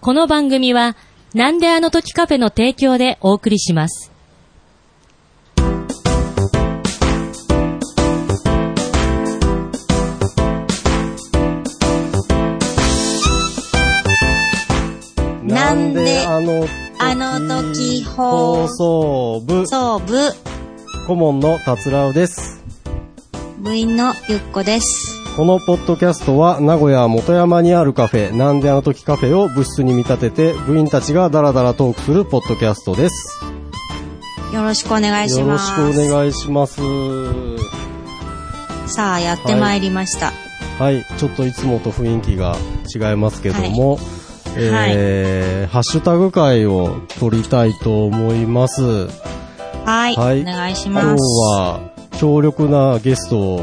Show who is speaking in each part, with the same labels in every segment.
Speaker 1: この番組は、なんであの時カフェの提供でお送りします。
Speaker 2: なんで
Speaker 3: なんであ
Speaker 2: あ
Speaker 3: の
Speaker 2: の
Speaker 3: 時
Speaker 2: 時
Speaker 3: 放
Speaker 2: 放
Speaker 3: 送部
Speaker 2: 総部、
Speaker 3: 顧問の達郎です。
Speaker 2: 部員のゆっこです。
Speaker 3: このポッドキャストは名古屋元山にあるカフェ、なんであの時カフェを部室に見立てて部員たちがダラダラトークするポッドキャストです。
Speaker 2: よろしくお願いし
Speaker 3: よろ
Speaker 2: ま
Speaker 3: し
Speaker 2: す。
Speaker 3: くお願いします。
Speaker 2: さあ、やってまいりました。
Speaker 3: はい、ちょっといつもと雰囲気が違いますけども、えーハッシュタグ会を取りたいと思います。
Speaker 2: はい。
Speaker 3: はい
Speaker 2: お願いし
Speaker 3: 今
Speaker 2: ま
Speaker 3: 日
Speaker 2: す。
Speaker 3: は強力なゲストを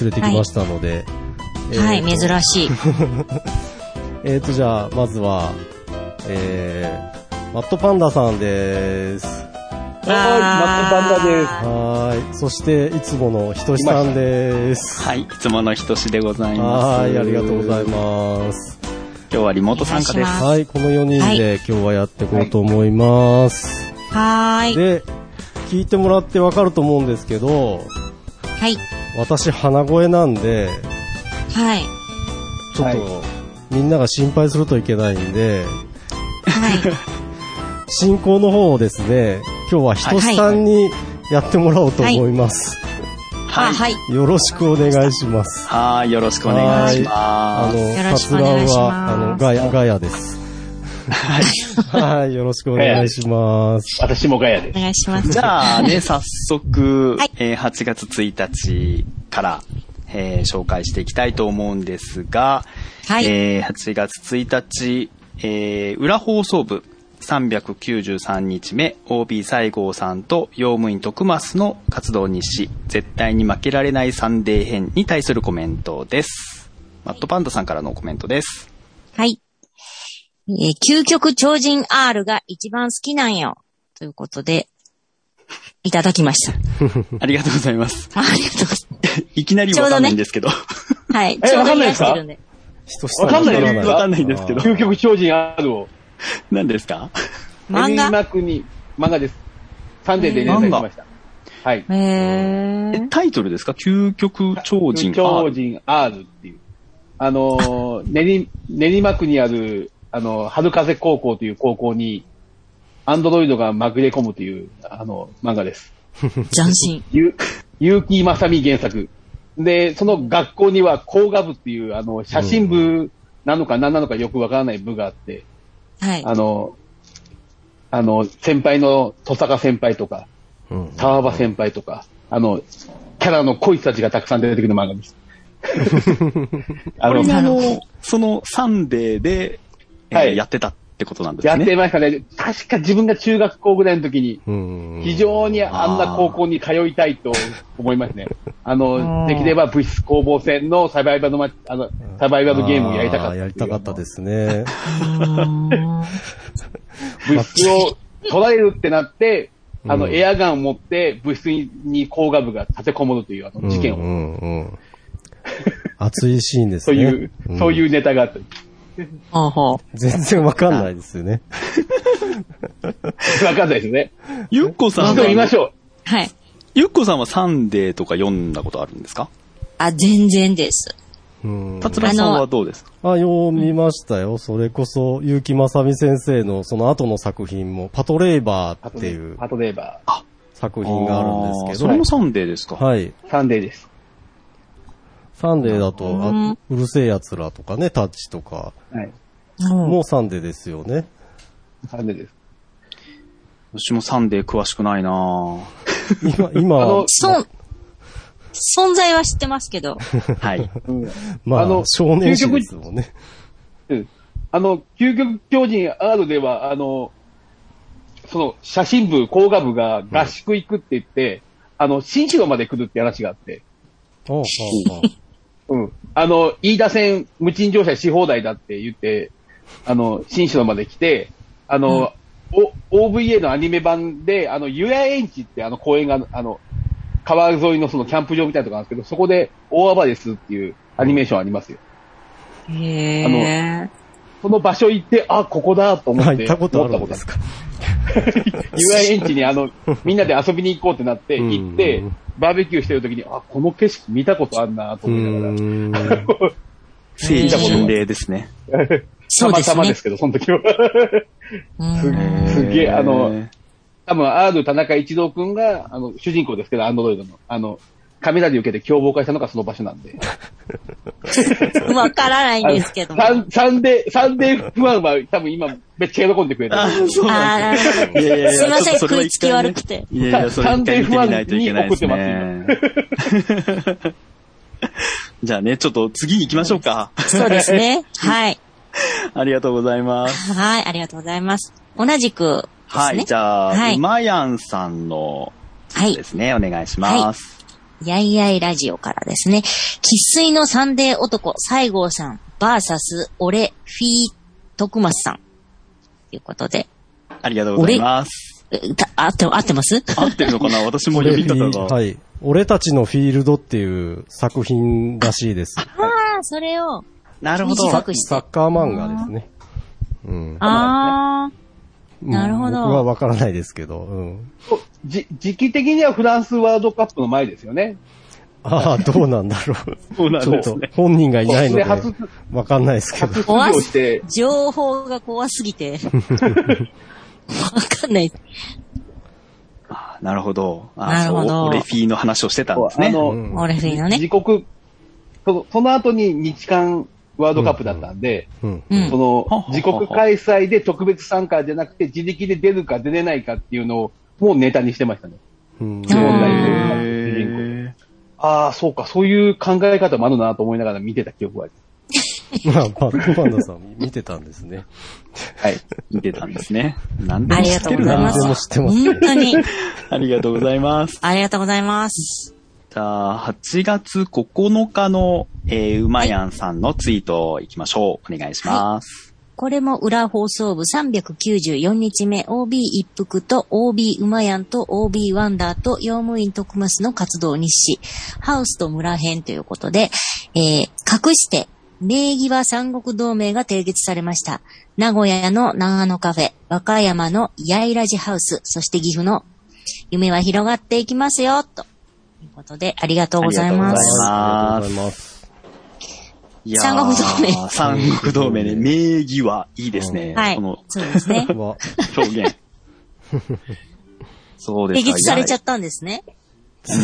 Speaker 3: 連れてきましたので、えー
Speaker 2: はい、珍しい。
Speaker 3: えーと、じゃあ、まずは、えー、マットパンダさんです。
Speaker 2: あー
Speaker 4: マットパンダです
Speaker 3: はーい。そして、いつものひとしさんです。
Speaker 4: はい、いつものひとしでございます。
Speaker 3: はーい、ありがとうございます。
Speaker 4: す。今日はリモート参加
Speaker 2: お願い
Speaker 4: で。
Speaker 2: しますす
Speaker 3: はい、この4人で今日はやっていこうと思います。
Speaker 2: はーい。
Speaker 3: で、聞いてもらってわかると思うんですけど、
Speaker 2: はい。
Speaker 3: 私、鼻声なんで、
Speaker 2: はい。
Speaker 3: ちょっ
Speaker 4: は
Speaker 3: と、みんなが心配するといけないんで、
Speaker 2: はい。
Speaker 3: 進行の方をですね、今日はひとしさんにやってもらおうと思います。
Speaker 2: あ、
Speaker 4: は。
Speaker 2: はいい。
Speaker 3: よろしくお願いします。
Speaker 4: はい、よろしくお願いし
Speaker 3: あ
Speaker 4: ま
Speaker 3: の、
Speaker 4: す。
Speaker 2: よろしくお
Speaker 3: ラ
Speaker 2: 願いします
Speaker 3: は、あの、ガヤ、ガヤです。 はい。はい、よろしくお願いします。
Speaker 5: 私もガヤで
Speaker 2: お願いします。
Speaker 4: じゃ あね、早速、
Speaker 2: はい
Speaker 4: えー8月1日から、えー紹介していきたいと思うんですが、
Speaker 2: はい
Speaker 4: えー8月1日、えー裏放送部393日目、OB 西郷さんと用務員徳増の活動日誌、絶対に負けられないサンデー編に対するコメントです。マットパンダさんからのコメントです。
Speaker 2: はい。えー究極超人 R が一番好きなんよ。ということで、いただきました。
Speaker 4: ありがとうございます。
Speaker 2: ありがとうございます。
Speaker 4: いきなりわかんないんですけど。
Speaker 2: はい。
Speaker 5: え
Speaker 2: ちょうど
Speaker 5: わかん
Speaker 2: い
Speaker 5: な
Speaker 2: ら
Speaker 5: いで
Speaker 2: し
Speaker 5: すか
Speaker 2: てるんで。
Speaker 3: ひとしさん
Speaker 5: わかんない
Speaker 3: わ
Speaker 5: わか
Speaker 4: んないですけど
Speaker 3: あー
Speaker 5: 究極超人 R を、
Speaker 4: 何ですか
Speaker 2: 漫
Speaker 5: 練
Speaker 2: 画。
Speaker 5: 馬区に、漫画です。3点で連載しました。はい。
Speaker 2: へ
Speaker 4: え
Speaker 2: ー。
Speaker 4: タイトルですか究極超人
Speaker 5: 超人 R っていう。あのー、練り練馬区にある、あのー、春風高校という高校に、アンドロイドがまぐれ込むという、あの、漫画です。
Speaker 2: 斬新。
Speaker 5: ゆ、結城正美原作。で、その学校には工画部っていう、あの、写真部なのか何なのかよくわからない部があって、
Speaker 2: はい。
Speaker 5: あの、あの、先輩の戸坂先輩とか、
Speaker 3: うん
Speaker 5: 沢場先輩とか、あの、キャラの濃い人たちがたくさん出てくる漫 画です。あ
Speaker 4: これ
Speaker 5: の、
Speaker 4: も
Speaker 2: な
Speaker 4: あ
Speaker 2: る
Speaker 4: の、そのサンデーで、えー
Speaker 5: はい
Speaker 4: やってたってことなんです
Speaker 5: や
Speaker 4: ね。
Speaker 5: ってましたね。確か自分が中学校ぐらいの時に、
Speaker 3: うん
Speaker 5: 非常にあんな高校に通いたいと思います ね。あ
Speaker 2: あー
Speaker 5: の、できれば物質攻防戦のサバイバルのマあの、サバイバルゲームをやりたかっ
Speaker 3: あ
Speaker 5: た。
Speaker 3: ーやりたかったですね。
Speaker 5: 物質を取られるってなって、あ
Speaker 3: う
Speaker 5: の、
Speaker 3: ん
Speaker 5: エアガンを持って物質に工画部が立てこもるというあの 事件
Speaker 3: う
Speaker 5: を、
Speaker 3: んうんうん。熱いシーンです
Speaker 5: そう
Speaker 3: ね。。
Speaker 5: いう、そういううネタがあった。
Speaker 2: ほうほう。
Speaker 3: 全然わかんないですよね。
Speaker 5: わかんないですね。
Speaker 4: ゆっこさ
Speaker 5: 一
Speaker 4: ん
Speaker 5: 度見ま
Speaker 4: は、
Speaker 5: しょう。
Speaker 2: はい。
Speaker 4: ゆっこさんはサンデーとか読んだことあるんですか
Speaker 2: あ、全然です。
Speaker 3: うん。
Speaker 4: 達郎さんはどうですか
Speaker 3: あ、読みましたよ。それこそ、結城正美先生のその後の作品も、パトレーバーっていう
Speaker 5: パトレーバ
Speaker 3: 作品があるんですけ
Speaker 4: あーそれ
Speaker 3: ど
Speaker 4: も、サンデーですか、
Speaker 3: はい。
Speaker 5: ー、サンデーです。
Speaker 3: サンデーだと、
Speaker 2: う
Speaker 3: あ
Speaker 2: ん
Speaker 3: うるせえ奴らとかね、タッチとか、
Speaker 5: はい。
Speaker 3: もうサンデーですよね。
Speaker 5: サンデーです。
Speaker 4: 私もサンデー詳しくないな ぁ
Speaker 3: 今、今
Speaker 5: あ
Speaker 3: は
Speaker 5: の、
Speaker 2: そん、存在は知ってますけど。
Speaker 4: はい。
Speaker 5: うん
Speaker 3: ま
Speaker 5: あ
Speaker 3: あ
Speaker 5: の、
Speaker 3: 少年誌ですもんね。
Speaker 5: うんあの、究極巨人 R では、あの、その、写真部、工画部が合宿行くって言って、あの、新城まで来るって話があって、
Speaker 3: おうおう
Speaker 5: うん。あの、飯田線無賃乗車し放題だって言って、あの、新城まで来て、あの、お OVA のアニメ版で、あの、ゆや園地ってあの公園が、あの、川沿いのそのキャンプ場みたいなとこなんですけど、そこで大暴れするっていうアニメーションありますよ。
Speaker 2: へえ。
Speaker 5: その場所行って、あ、ここだと思って。
Speaker 3: 行ったことあるんです
Speaker 5: か
Speaker 3: か
Speaker 5: ?UI 園地にあ の、みんなで遊びに行こうってなって、
Speaker 3: うん
Speaker 5: 行って、バーベキューしてる時に、あ、この景色見たことあんなと
Speaker 3: う
Speaker 5: 思いながら。
Speaker 3: ん。
Speaker 4: 聖地巡礼ですね。
Speaker 5: た
Speaker 2: そう
Speaker 5: ま
Speaker 2: で
Speaker 5: た
Speaker 2: す
Speaker 5: ま
Speaker 2: ね
Speaker 5: で。すけど、その時は。
Speaker 2: うん
Speaker 5: すげえあの
Speaker 4: へ
Speaker 5: 多分、R 田中一郎くんが、あの、主人公ですけど、アンドロイドの、あの、雷を受けて凶暴化したのがその場所なんで。
Speaker 2: わからないんですけども。
Speaker 5: サン、サンデー、サンデー不安は多分今、めっちゃ喜んでくれてる
Speaker 4: ー。あ、そうなんです
Speaker 2: あ
Speaker 4: ねいやいや
Speaker 2: ー
Speaker 4: や
Speaker 2: すいません、
Speaker 4: ちょっとそれ
Speaker 2: 食
Speaker 4: は
Speaker 2: つ
Speaker 4: い一
Speaker 2: き
Speaker 4: 回ね
Speaker 2: 悪くて。
Speaker 4: いやいや、それ一回見てみないといけないですね。 じゃあね、ちょっと次に行きましょうか。
Speaker 2: そうです ね。はい。
Speaker 4: ありがとうございます。
Speaker 2: はい、ありがとうございます。同じくです
Speaker 4: は
Speaker 2: ね
Speaker 4: い、じ。ゃ
Speaker 2: は
Speaker 4: あ、
Speaker 2: いう
Speaker 4: まやんさんの
Speaker 2: はい
Speaker 4: で。すね、お願いします。
Speaker 2: やいやいラジオからですね。喫水のサンデー男、西郷さん、バーサス、俺、フィー、徳松さん。ということで。
Speaker 4: ありがとうございます。
Speaker 2: えた合って、合ってます
Speaker 4: 合ってるのかな私も読み方が。はい
Speaker 3: はい。俺たちのフィールドっていう作品らしいです。
Speaker 2: ああ、それを。
Speaker 4: なるほど。
Speaker 2: 短くして
Speaker 3: サッカー漫画ですね。うん。
Speaker 2: ああ、なるほど
Speaker 3: うん僕はわからないですけど。うん。
Speaker 5: じ時期的にはフランスワールドカップの前ですよね。
Speaker 3: ああ、どうなんだろう。
Speaker 4: そうなん
Speaker 3: ちょ
Speaker 4: で
Speaker 3: っ
Speaker 4: す
Speaker 3: と
Speaker 4: ね。
Speaker 3: 本人がいないので
Speaker 5: で初、
Speaker 3: わかんないですけど
Speaker 5: 初。出場して、
Speaker 2: 情報が怖すぎて。わかんない。
Speaker 4: あなるほど。あ
Speaker 2: なるほど
Speaker 4: そうオレフィーの話をしてたんです
Speaker 5: あ
Speaker 4: ね。
Speaker 5: の、
Speaker 3: うん
Speaker 2: 俺フィーのね。
Speaker 5: 自国、そのその後に日韓ワールドカップだったんで、
Speaker 3: うん。
Speaker 2: うん
Speaker 5: そ。の、自国開催で特別参加じゃなくて、自力で出るか出れないかっていうのを、もうネタにしてましたね。
Speaker 3: うん。
Speaker 5: 日本代
Speaker 2: へ
Speaker 4: へ
Speaker 5: 表主人公
Speaker 4: ー
Speaker 5: ああ、そうか、そういう考え方もあるなと思いながら見てた記憶がありま
Speaker 3: まあ、パンパンダさん見てたんですね。
Speaker 4: はい。見てたんですね。何で
Speaker 2: あ
Speaker 4: も
Speaker 2: り
Speaker 4: 知
Speaker 2: が
Speaker 4: っ
Speaker 2: とう
Speaker 4: て
Speaker 2: ご
Speaker 4: る
Speaker 2: ざい
Speaker 4: な
Speaker 2: ま
Speaker 3: 何でも
Speaker 2: す
Speaker 3: 知って。ます
Speaker 2: 本当に。
Speaker 4: ありがとうございます。
Speaker 2: ありがとうございます。
Speaker 4: じゃあ、8月9日の、えー、うまやんさんのツイート行きましょう。お願いします。
Speaker 2: これも裏放送部394日目 OB 一服と OB 馬やんと OB ワンダーと用務員徳スの活動日誌、ハウスと村編ということで、えー、隠して名義は三国同盟が締結されました。名古屋の長野カフェ、和歌山の八重ラジハウス、そして岐阜の夢は広がっていきますよ、ということでありがとうござい
Speaker 4: ありがとうござ
Speaker 2: ま
Speaker 4: います
Speaker 2: す。
Speaker 3: ありがとうございます。
Speaker 4: いやー
Speaker 2: 三国同盟
Speaker 4: 三国同盟ね。名義はいいですね。
Speaker 2: はい
Speaker 4: この。
Speaker 2: そうですね。
Speaker 3: は、
Speaker 4: 表現。そうで
Speaker 2: 締
Speaker 4: すか。
Speaker 2: 結されちゃ
Speaker 4: っ
Speaker 2: ったんですね。
Speaker 4: た。あの、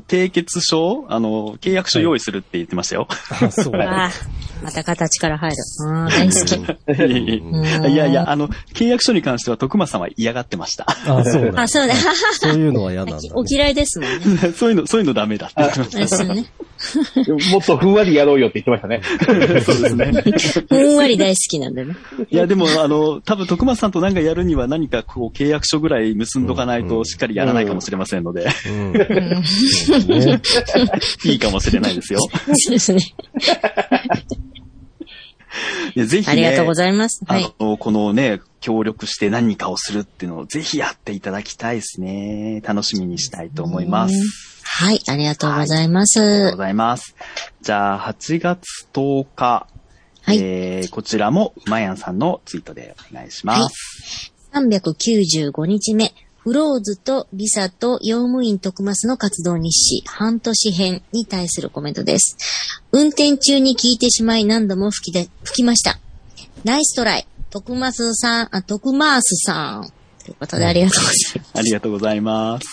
Speaker 4: 締結書あの、契約書用意するって言ってましたよ。
Speaker 3: あそう
Speaker 2: あーまた形から入る。うん、大好き。ん
Speaker 4: いやいや、あの、契約書に関しては徳間さんは嫌がってました。
Speaker 3: あ、そうなん
Speaker 2: あ、そうだ。
Speaker 3: そういうのは嫌なんだ、ね。
Speaker 2: お嫌いですもんね。
Speaker 4: そういうの、そういうのダメだって言ってまし
Speaker 2: ですよね。
Speaker 5: す。もっとふんわりやろうよって言ってましたね。
Speaker 4: た。そうです ね。
Speaker 2: ふんわり大好きなんだね。
Speaker 4: いや、でも、あの、多分徳間さんとなんかやるには何かこう、契約書ぐらい結んどかないとしっかりやらないかもしれません ので、
Speaker 3: うん。そうね
Speaker 4: いいかもしれないですよ。
Speaker 2: そうですね。
Speaker 4: いやぜひ、ね、
Speaker 2: ありがとうございます。は
Speaker 4: あ
Speaker 2: い。
Speaker 4: の、このね、協力して何かをするっていうのをぜひやっていただきたいですね。楽しみにしたいと思います。
Speaker 2: はい、ありがとうございま
Speaker 4: ありがとう
Speaker 2: す
Speaker 4: ご。ざいます。じゃあ、8月10日、
Speaker 2: はい
Speaker 4: えー、こちらも、まやんさんのツイートでお願いします。
Speaker 2: 395日目、フローズとリサと用務員徳スの活動日誌、半年編に対するコメントです。運転中に聞いてしまい何度も吹きで、吹きました。ナイストライ、徳スさん、あ、徳マースさん。ということでありがとうございます。
Speaker 4: ありがとうござ います。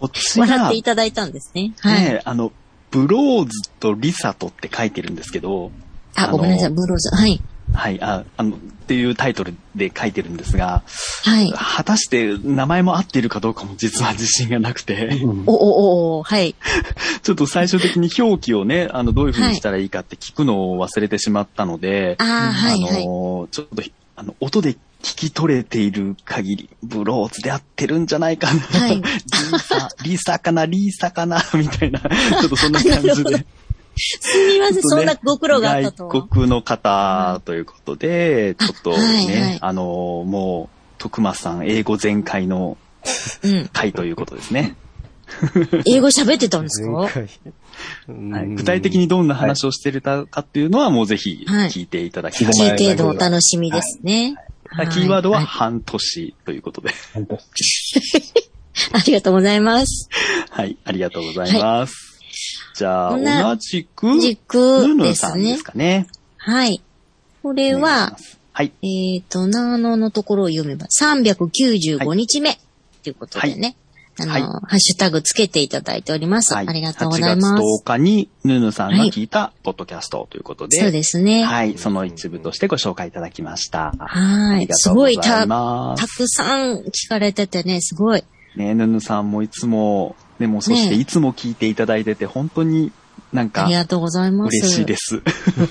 Speaker 4: こち
Speaker 2: 笑っ
Speaker 4: ら、
Speaker 2: てい
Speaker 4: ね、
Speaker 2: ただいたんですね。はい。
Speaker 4: あの、ブローズとリサとって書いてるんですけど、あ
Speaker 2: あ、
Speaker 4: の
Speaker 2: ごめんなさい、ブローズ。はい。
Speaker 4: はい、あ、あの、っていうタイトルで書いてるんですが、
Speaker 2: はい。
Speaker 4: 果たして名前も合っているかどうかも実は自信がなくて、
Speaker 2: お、お、お、お、はい。
Speaker 4: ちょっと最終的に表記をね、あの、どういう風にしたらいいかって聞くのを忘れてしまったので、
Speaker 2: ああ、はい、
Speaker 4: あの
Speaker 2: は
Speaker 4: ー
Speaker 2: い。
Speaker 4: ちょっとひ、あの、音で聞き取れている限り、ブローズで合ってるんじゃないかな。
Speaker 2: はい
Speaker 4: リーサ、リーサかな、リーサかな、みたいな、ちょっとそんな 感
Speaker 2: なる
Speaker 4: じ
Speaker 2: ほど
Speaker 4: で。
Speaker 2: すみません、
Speaker 4: ちょっと
Speaker 2: そ
Speaker 4: ね
Speaker 2: んなご苦労があったとは。
Speaker 4: 外国の方ということで、ちょっとね、
Speaker 2: あはいはい
Speaker 4: あのーもう、徳間さん、英語全開の
Speaker 2: うん。
Speaker 4: 回ということですね。
Speaker 2: 英語喋ってたんですか
Speaker 3: 前回。
Speaker 4: はい具体的にどんな話をしてるかっていうのはもうぜひ聞いていただきたい。
Speaker 5: は
Speaker 2: 1
Speaker 5: い
Speaker 2: 程度お楽しみですね。はい
Speaker 4: キーワードは
Speaker 2: はい
Speaker 4: 半年ということで。
Speaker 5: 本当です
Speaker 2: ありがとうございます。
Speaker 4: はい、ありがとうございます。じゃあ、同じく、
Speaker 2: 同じく
Speaker 4: ヌーヌーさん
Speaker 2: ですね
Speaker 4: ですかね。
Speaker 2: はい。これ
Speaker 4: お願いし
Speaker 2: は
Speaker 4: ま、すはい。
Speaker 2: えっ、と、ナーノのところを読めば、395日目ということでね、
Speaker 4: はい
Speaker 2: あの、ハッシュタグつけていただいております。
Speaker 4: はい
Speaker 2: ありがとうございま
Speaker 4: 8
Speaker 2: す。
Speaker 4: 月10日にヌヌさんが聞いたポッドキャストということで。
Speaker 2: そうですね。はい。
Speaker 4: はい、その一部としてご紹介いただきました。ありが
Speaker 2: す
Speaker 4: とうご
Speaker 2: ご
Speaker 4: ざ
Speaker 2: いた、た
Speaker 4: ます。
Speaker 2: くさん聞かれててね、すごい。
Speaker 4: ね、ヌヌさんもいつも、でもそして
Speaker 2: ね
Speaker 4: いつも聞いていただいてて、本当になん
Speaker 2: あ
Speaker 4: か
Speaker 2: りがとうございます。
Speaker 4: 嬉しいです。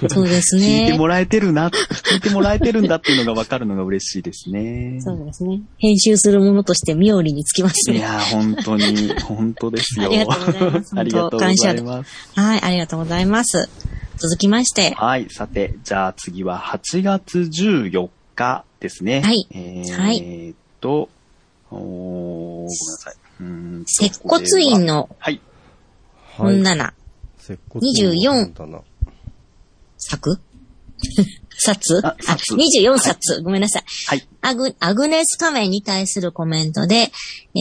Speaker 2: そうです
Speaker 4: 聞いて
Speaker 2: ね。
Speaker 4: もらえてるな、聞いてもらえてるんだっていうのが分かるのが嬉しいですね。
Speaker 2: そうですね。編集するものとして妙利につきます
Speaker 4: い
Speaker 2: ね。
Speaker 4: やー、本当に、本当ですよ。
Speaker 2: ありがとうございます
Speaker 4: ありがとうございます。
Speaker 2: はい、ありがとうございます。続きまして。
Speaker 4: はい、さて、じゃあ次は8月14日ですね。
Speaker 2: はい
Speaker 4: え
Speaker 2: は
Speaker 4: ーっと、おーごめんなさい。うーんと
Speaker 2: 接骨院。の
Speaker 4: これははい。
Speaker 2: 本棚
Speaker 3: 接骨院の本棚
Speaker 2: 作 冊
Speaker 4: あ冊
Speaker 2: 24冊、ごめんなさい。
Speaker 4: はい。
Speaker 2: アグ、アグネス仮面に対するコメントで、え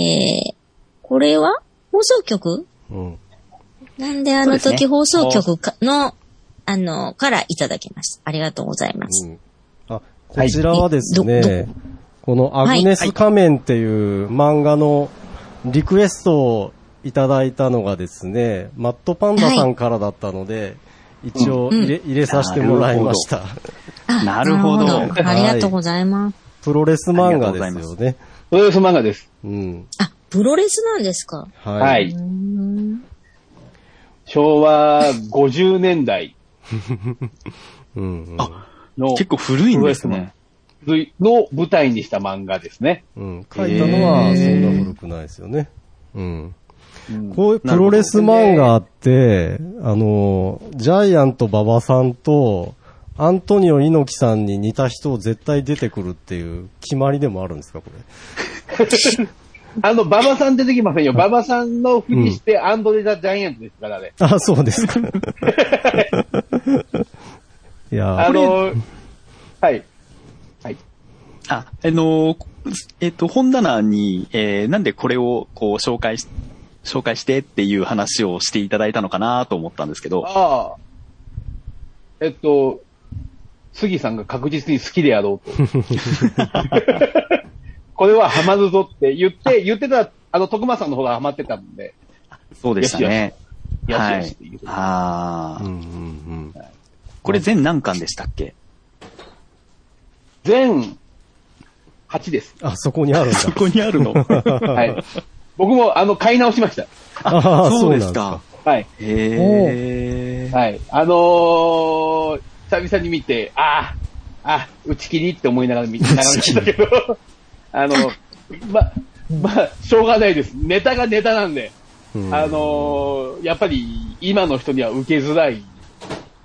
Speaker 2: ー、これは放送局
Speaker 3: うん。
Speaker 2: なんであの
Speaker 4: そうで
Speaker 2: 時
Speaker 4: すね
Speaker 2: 放送局かの、あの、からいただきました。ありがとうございます。
Speaker 3: うんあ、こちらはです
Speaker 2: はいど
Speaker 3: ね、このアグネス仮面っていう漫画のリクエストをいただいたのがですね、マットパンダさんからだったので、一応入れ入れさせてもらいました。
Speaker 2: あ
Speaker 4: なるほど
Speaker 2: なありがとうございます。
Speaker 3: プロレス漫画ですよね。
Speaker 5: プロレス漫画です。
Speaker 3: うん。
Speaker 2: あ、プロレスなんですか
Speaker 5: は
Speaker 3: はい。
Speaker 5: い。
Speaker 2: うーん
Speaker 5: 昭和50年代
Speaker 3: うんうん
Speaker 5: の、
Speaker 4: 結構古いんですね。
Speaker 5: の舞台にした漫画ですね。
Speaker 3: うん。書いたのはそんな古くないですよね。うん。
Speaker 5: うん
Speaker 3: こういうプロレス漫画あって、あの、ジャイアント馬場さんと、アントニオ猪木さんに似た人絶対出てくるっていう決まりでもあるんですか、こ
Speaker 5: あの、馬場さん出てきませんよ。馬場さんのふりして、アンドレ・ザ・ジャイアントですからね。
Speaker 3: れ。あ、そうです か。い
Speaker 5: あ
Speaker 3: や、
Speaker 5: の、はい。はい。
Speaker 4: あ、あのー、えっと、本棚に、えーなんでこれをこう紹介し、紹介してっていう話をしていただいたのかなと思ったんですけど、
Speaker 5: ああ。えっと、杉さんが確実に好きでやろうと。これはハマるぞって言って、言ってたら、あの、徳間さんの方がハマってたんで。
Speaker 4: そうでしたね。
Speaker 5: よしよし
Speaker 4: は
Speaker 5: よし
Speaker 4: い
Speaker 5: っていう。
Speaker 4: あ
Speaker 3: う
Speaker 4: あ、
Speaker 3: んうん
Speaker 4: これ全何巻でしたっけ
Speaker 5: 全8です。
Speaker 3: うん。あ、そこにあるんだ。
Speaker 4: そ こにあるの
Speaker 5: はい。僕も、あの、買い直しました。
Speaker 3: あ
Speaker 4: そうで
Speaker 3: なん
Speaker 4: すか。
Speaker 5: はい。
Speaker 4: へえ。
Speaker 5: はい。あのー、久々に見て、ああ、あー打ち切りって思いながら見ながら見てたけど、あの、ま、まあ、しょうがないです。ネタがネタなんで、
Speaker 3: うん
Speaker 5: あのー、やっぱり今の人には受けづらい、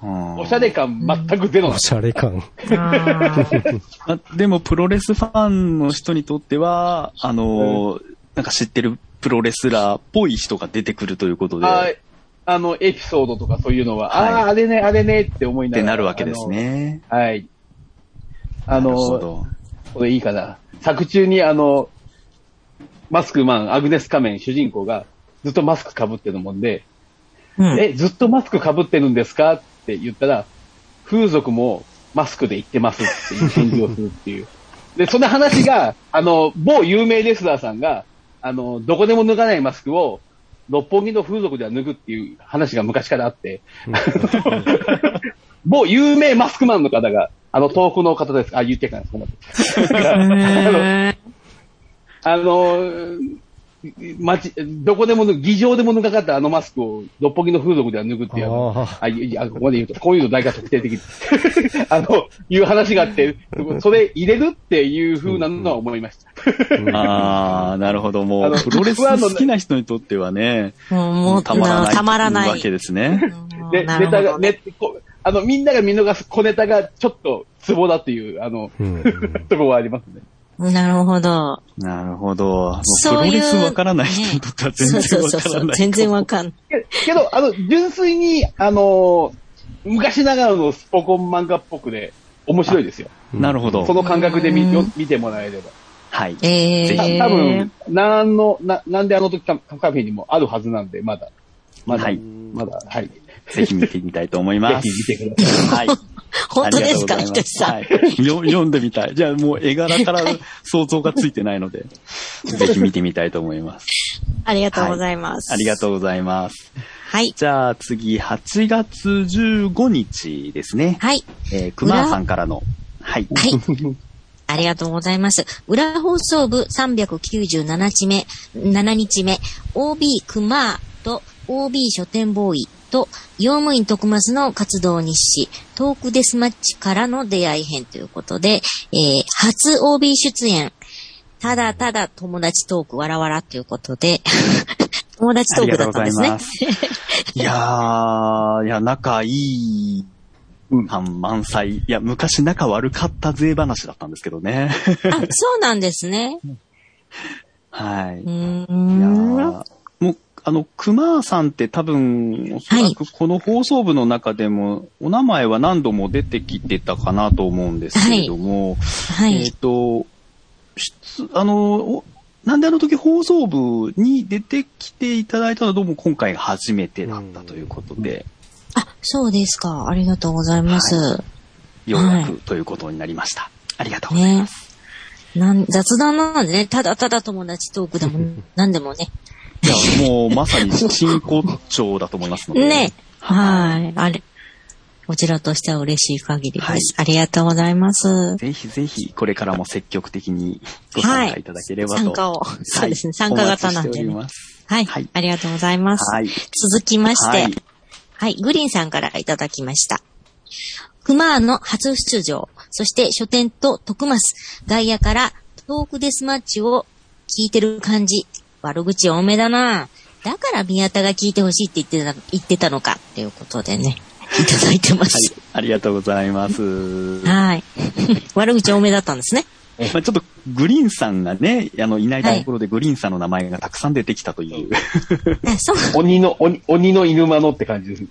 Speaker 4: うん
Speaker 5: おしゃれ感全くゼロなん
Speaker 3: お
Speaker 5: です。
Speaker 3: しゃれ感。
Speaker 2: あー
Speaker 4: あでも、プロレスファンの人にとっては、あのーなんか知ってるプロレスラーっぽい人が出てくるということで、
Speaker 5: あ
Speaker 4: っ
Speaker 5: ーあの、エピソードとかそういうのは、
Speaker 4: はい
Speaker 5: ああ、あれね、あれねって思いな
Speaker 4: て
Speaker 5: がら。
Speaker 4: なるわけですね。
Speaker 5: あの。はい。あ
Speaker 4: な
Speaker 5: の
Speaker 4: るほ
Speaker 5: ー、
Speaker 4: ど。
Speaker 5: これいいかな。作中にあの、マスクマン、アグネス仮面、主人公がずっとマスク被ってるもんで、
Speaker 2: うん
Speaker 5: え、ずっとマスク被ってるんですかって言ったら、風俗もマスクで言ってますっていう返事をするっ ていう。で、その話が、あの、某有名レスラーさんが、あの、どこでも脱がないマスクを、六本木の風俗では脱ぐっていう話が昔からあって、 某有名マスクマンの方が、あの、遠くの方です。あ、言っていいかな、そこまで。あのー、街、どこでも脱ぐ、議場でも脱がかったあのマスクを六本木の風俗では脱ぐっていうあの
Speaker 3: あー
Speaker 5: あ、いや、ここまで言うと、こういうの大が特定的。 あの、いう話があって、それ入れるっていう風なのは思いました。
Speaker 4: ああ、なるほど。も
Speaker 5: あ
Speaker 4: う、
Speaker 5: の
Speaker 4: プロレス好きな人にとってはね、
Speaker 2: もうもう、
Speaker 4: たまらない。
Speaker 2: たまらない。
Speaker 4: わけですね。
Speaker 2: うん
Speaker 5: で、
Speaker 2: な
Speaker 5: ネ
Speaker 2: る
Speaker 5: タ
Speaker 2: ほ
Speaker 5: が、
Speaker 2: ど
Speaker 5: ね、こあ の、みんなが見逃す小ネタがちょっとツボだっていう、あの、
Speaker 3: うんうん
Speaker 5: ところはありますね。
Speaker 2: なるほど。
Speaker 4: なるほど。もうプ
Speaker 2: そ
Speaker 4: ロ
Speaker 2: ういう
Speaker 4: レスわからない人にとっては全
Speaker 2: そう
Speaker 4: 然
Speaker 2: そう
Speaker 4: わ
Speaker 2: そう
Speaker 4: か
Speaker 2: そ
Speaker 4: ら
Speaker 2: う。
Speaker 4: ない。
Speaker 2: 全然わかんない。
Speaker 5: けけど、あの、純粋に、あの昔ながらのスポコン漫画っぽくで、面白いですよ。
Speaker 4: なるほど
Speaker 5: そ。の感覚で見
Speaker 2: うん
Speaker 5: 見てもらえれば。
Speaker 4: はい。
Speaker 2: え
Speaker 4: ぜ
Speaker 5: た
Speaker 4: ひ
Speaker 2: え
Speaker 5: 多分、なんの、な、なんであの時カカフェにもあるはずなんで、まだ。まだ、
Speaker 4: はい
Speaker 5: まだ、はい。
Speaker 4: ぜ
Speaker 5: ぜ
Speaker 4: ひ見てみたいと思います。
Speaker 5: ひ見てください。
Speaker 4: はい。
Speaker 2: 本当ですか、
Speaker 4: あり
Speaker 2: ひ
Speaker 4: がとうございます
Speaker 2: としさん。
Speaker 4: はいよ読んでみたい。じゃあもう絵柄から想像がついてないの で、ぜひ見てみたいと思います。
Speaker 6: ありがとうございます。
Speaker 4: ありが
Speaker 6: う。
Speaker 4: とうございます。
Speaker 2: はい。
Speaker 4: じゃあ次、8月15日ですね。
Speaker 2: はい。
Speaker 4: えー、熊さんからの。はい。
Speaker 2: はい。ありがとうございます。裏放送部397日目、7日目、OB クマーと OB 書店ボーイと、用務員徳松の活動日誌、トークデスマッチからの出会い編ということで、えー、初 OB 出演、ただただ友達トークわらわらということで、 友達トークだったんですね。
Speaker 4: す。いやー、いや、仲いい
Speaker 5: うん。
Speaker 4: 感満載。いや、昔仲悪かった税話だったんですけどね。
Speaker 2: あ、そうなんですね。。
Speaker 4: はいう
Speaker 2: ー
Speaker 4: いや
Speaker 2: ん。
Speaker 4: ーもう、あの、熊さんって多分、おそらくこの放送部の中でも、お名前は何度も出てきてたかなと思うんですけれども、
Speaker 2: は
Speaker 4: えっ、
Speaker 2: い。
Speaker 4: と、出あの、おなんであの時放送部に出てきていただいたのはどうも今回初めてだったということで、
Speaker 2: あ、そうですか。ありがとうございます。
Speaker 4: はようや
Speaker 2: は
Speaker 4: くということになりました。ありがとうございます
Speaker 2: ね。なん雑談なのでね、ただただ友達トークでも、 何でもね。
Speaker 4: いや、もうまさに真骨頂だと思いますので。
Speaker 2: ね。はい。あれ。こちらとしては嬉しい限りです。ありがとうございます。
Speaker 4: ぜひぜひ、これからも積極的にご参加いただければと。
Speaker 2: 参加を。そうですね。参加型なんで
Speaker 4: お待ちしており
Speaker 2: ね。
Speaker 4: ます
Speaker 2: はい
Speaker 4: はい。
Speaker 2: ありがとうございます。
Speaker 4: はい。
Speaker 2: 続きまして、
Speaker 4: は
Speaker 2: はいい、グリーンさんからいただきました。クマーンの初出場、そして書店と徳マス、外野からトークデスマッチを聞いてる感じ、悪口多めだなだから宮田が聞いてほしいって言ってた、言ってたのか、っていうことでね、いただいてま
Speaker 4: はい
Speaker 2: す。
Speaker 4: ありがとうございます。ま
Speaker 2: はい。悪口多めだったんですね。
Speaker 4: あちょっと、グリーンさんがね、あの、いないところでグリーンさんの名前がたくさん出てきたという。
Speaker 2: あ、そう。
Speaker 5: 鬼の、鬼鬼の犬間のって感じです。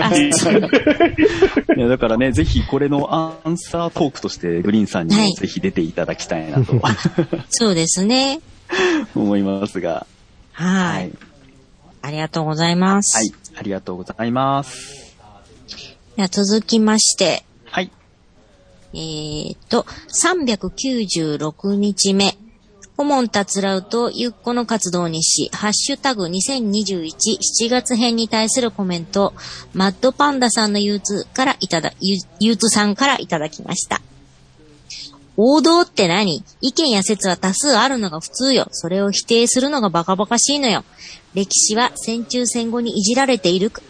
Speaker 2: あそう
Speaker 4: いやだからね、ぜひこれのアンサートークとして、グリーンさんに
Speaker 2: は
Speaker 4: も
Speaker 2: い
Speaker 4: ぜひ出ていただきたい なと
Speaker 2: そうですね。
Speaker 4: 思いますが。
Speaker 2: は
Speaker 4: はいい。。
Speaker 2: ありがとうございます。
Speaker 4: はい。ありがとうございます。
Speaker 2: では続きまして、
Speaker 4: はい。
Speaker 2: えっと、396日目。顧問たつらうとゆっこの活動にし、ハッシュタグ2021 7月編に対するコメント、マッドパンダさんの憂鬱からいただ、ゆ憂鬱さんからいただきました。王道って何意見や説は多数あるのが普通よ。それを否定するのがバカバカしいのよ。歴史は戦中戦後にいじられているか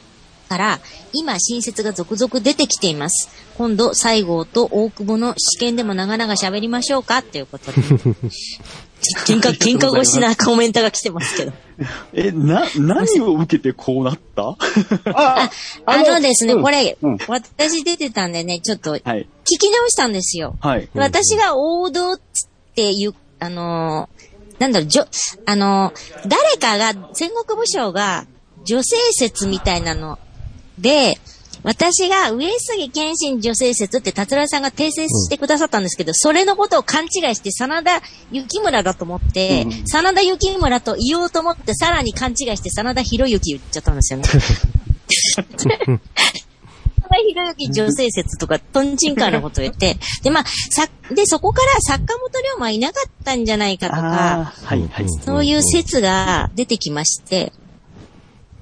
Speaker 2: ら、今新説が続々出てきています。今度、西郷と大久保の試験でも長々喋りましょうかっていうことで。喧嘩、喧嘩越しなコメントが来てますけど。
Speaker 4: え、な、何を受けてこう なった
Speaker 5: あ
Speaker 2: あのですね、これ、
Speaker 5: うん
Speaker 2: 私出てたんでね、ちょっと聞
Speaker 4: はい。
Speaker 2: き直したんですよ。
Speaker 4: はい。
Speaker 2: 私が王道っていう、あのーなんだろう、じょ、あのー誰かが、戦国武将が、女性説みたいなので、私が上杉謙信女性説って達郎さんが訂正してくださったんですけど、それのことを勘違いして、真田幸村だと思って、
Speaker 5: うん
Speaker 2: 真田幸村と言おうと思って、さらに勘違いして、真田広之言っちゃったんですよね。田広之女性説とか、トンチンカンなこと言って、で、まあ、さ、で、そこから作家元龍馬いなかったんじゃないかとか、
Speaker 4: あー、はい、はい。
Speaker 2: そういう説が出てきまして、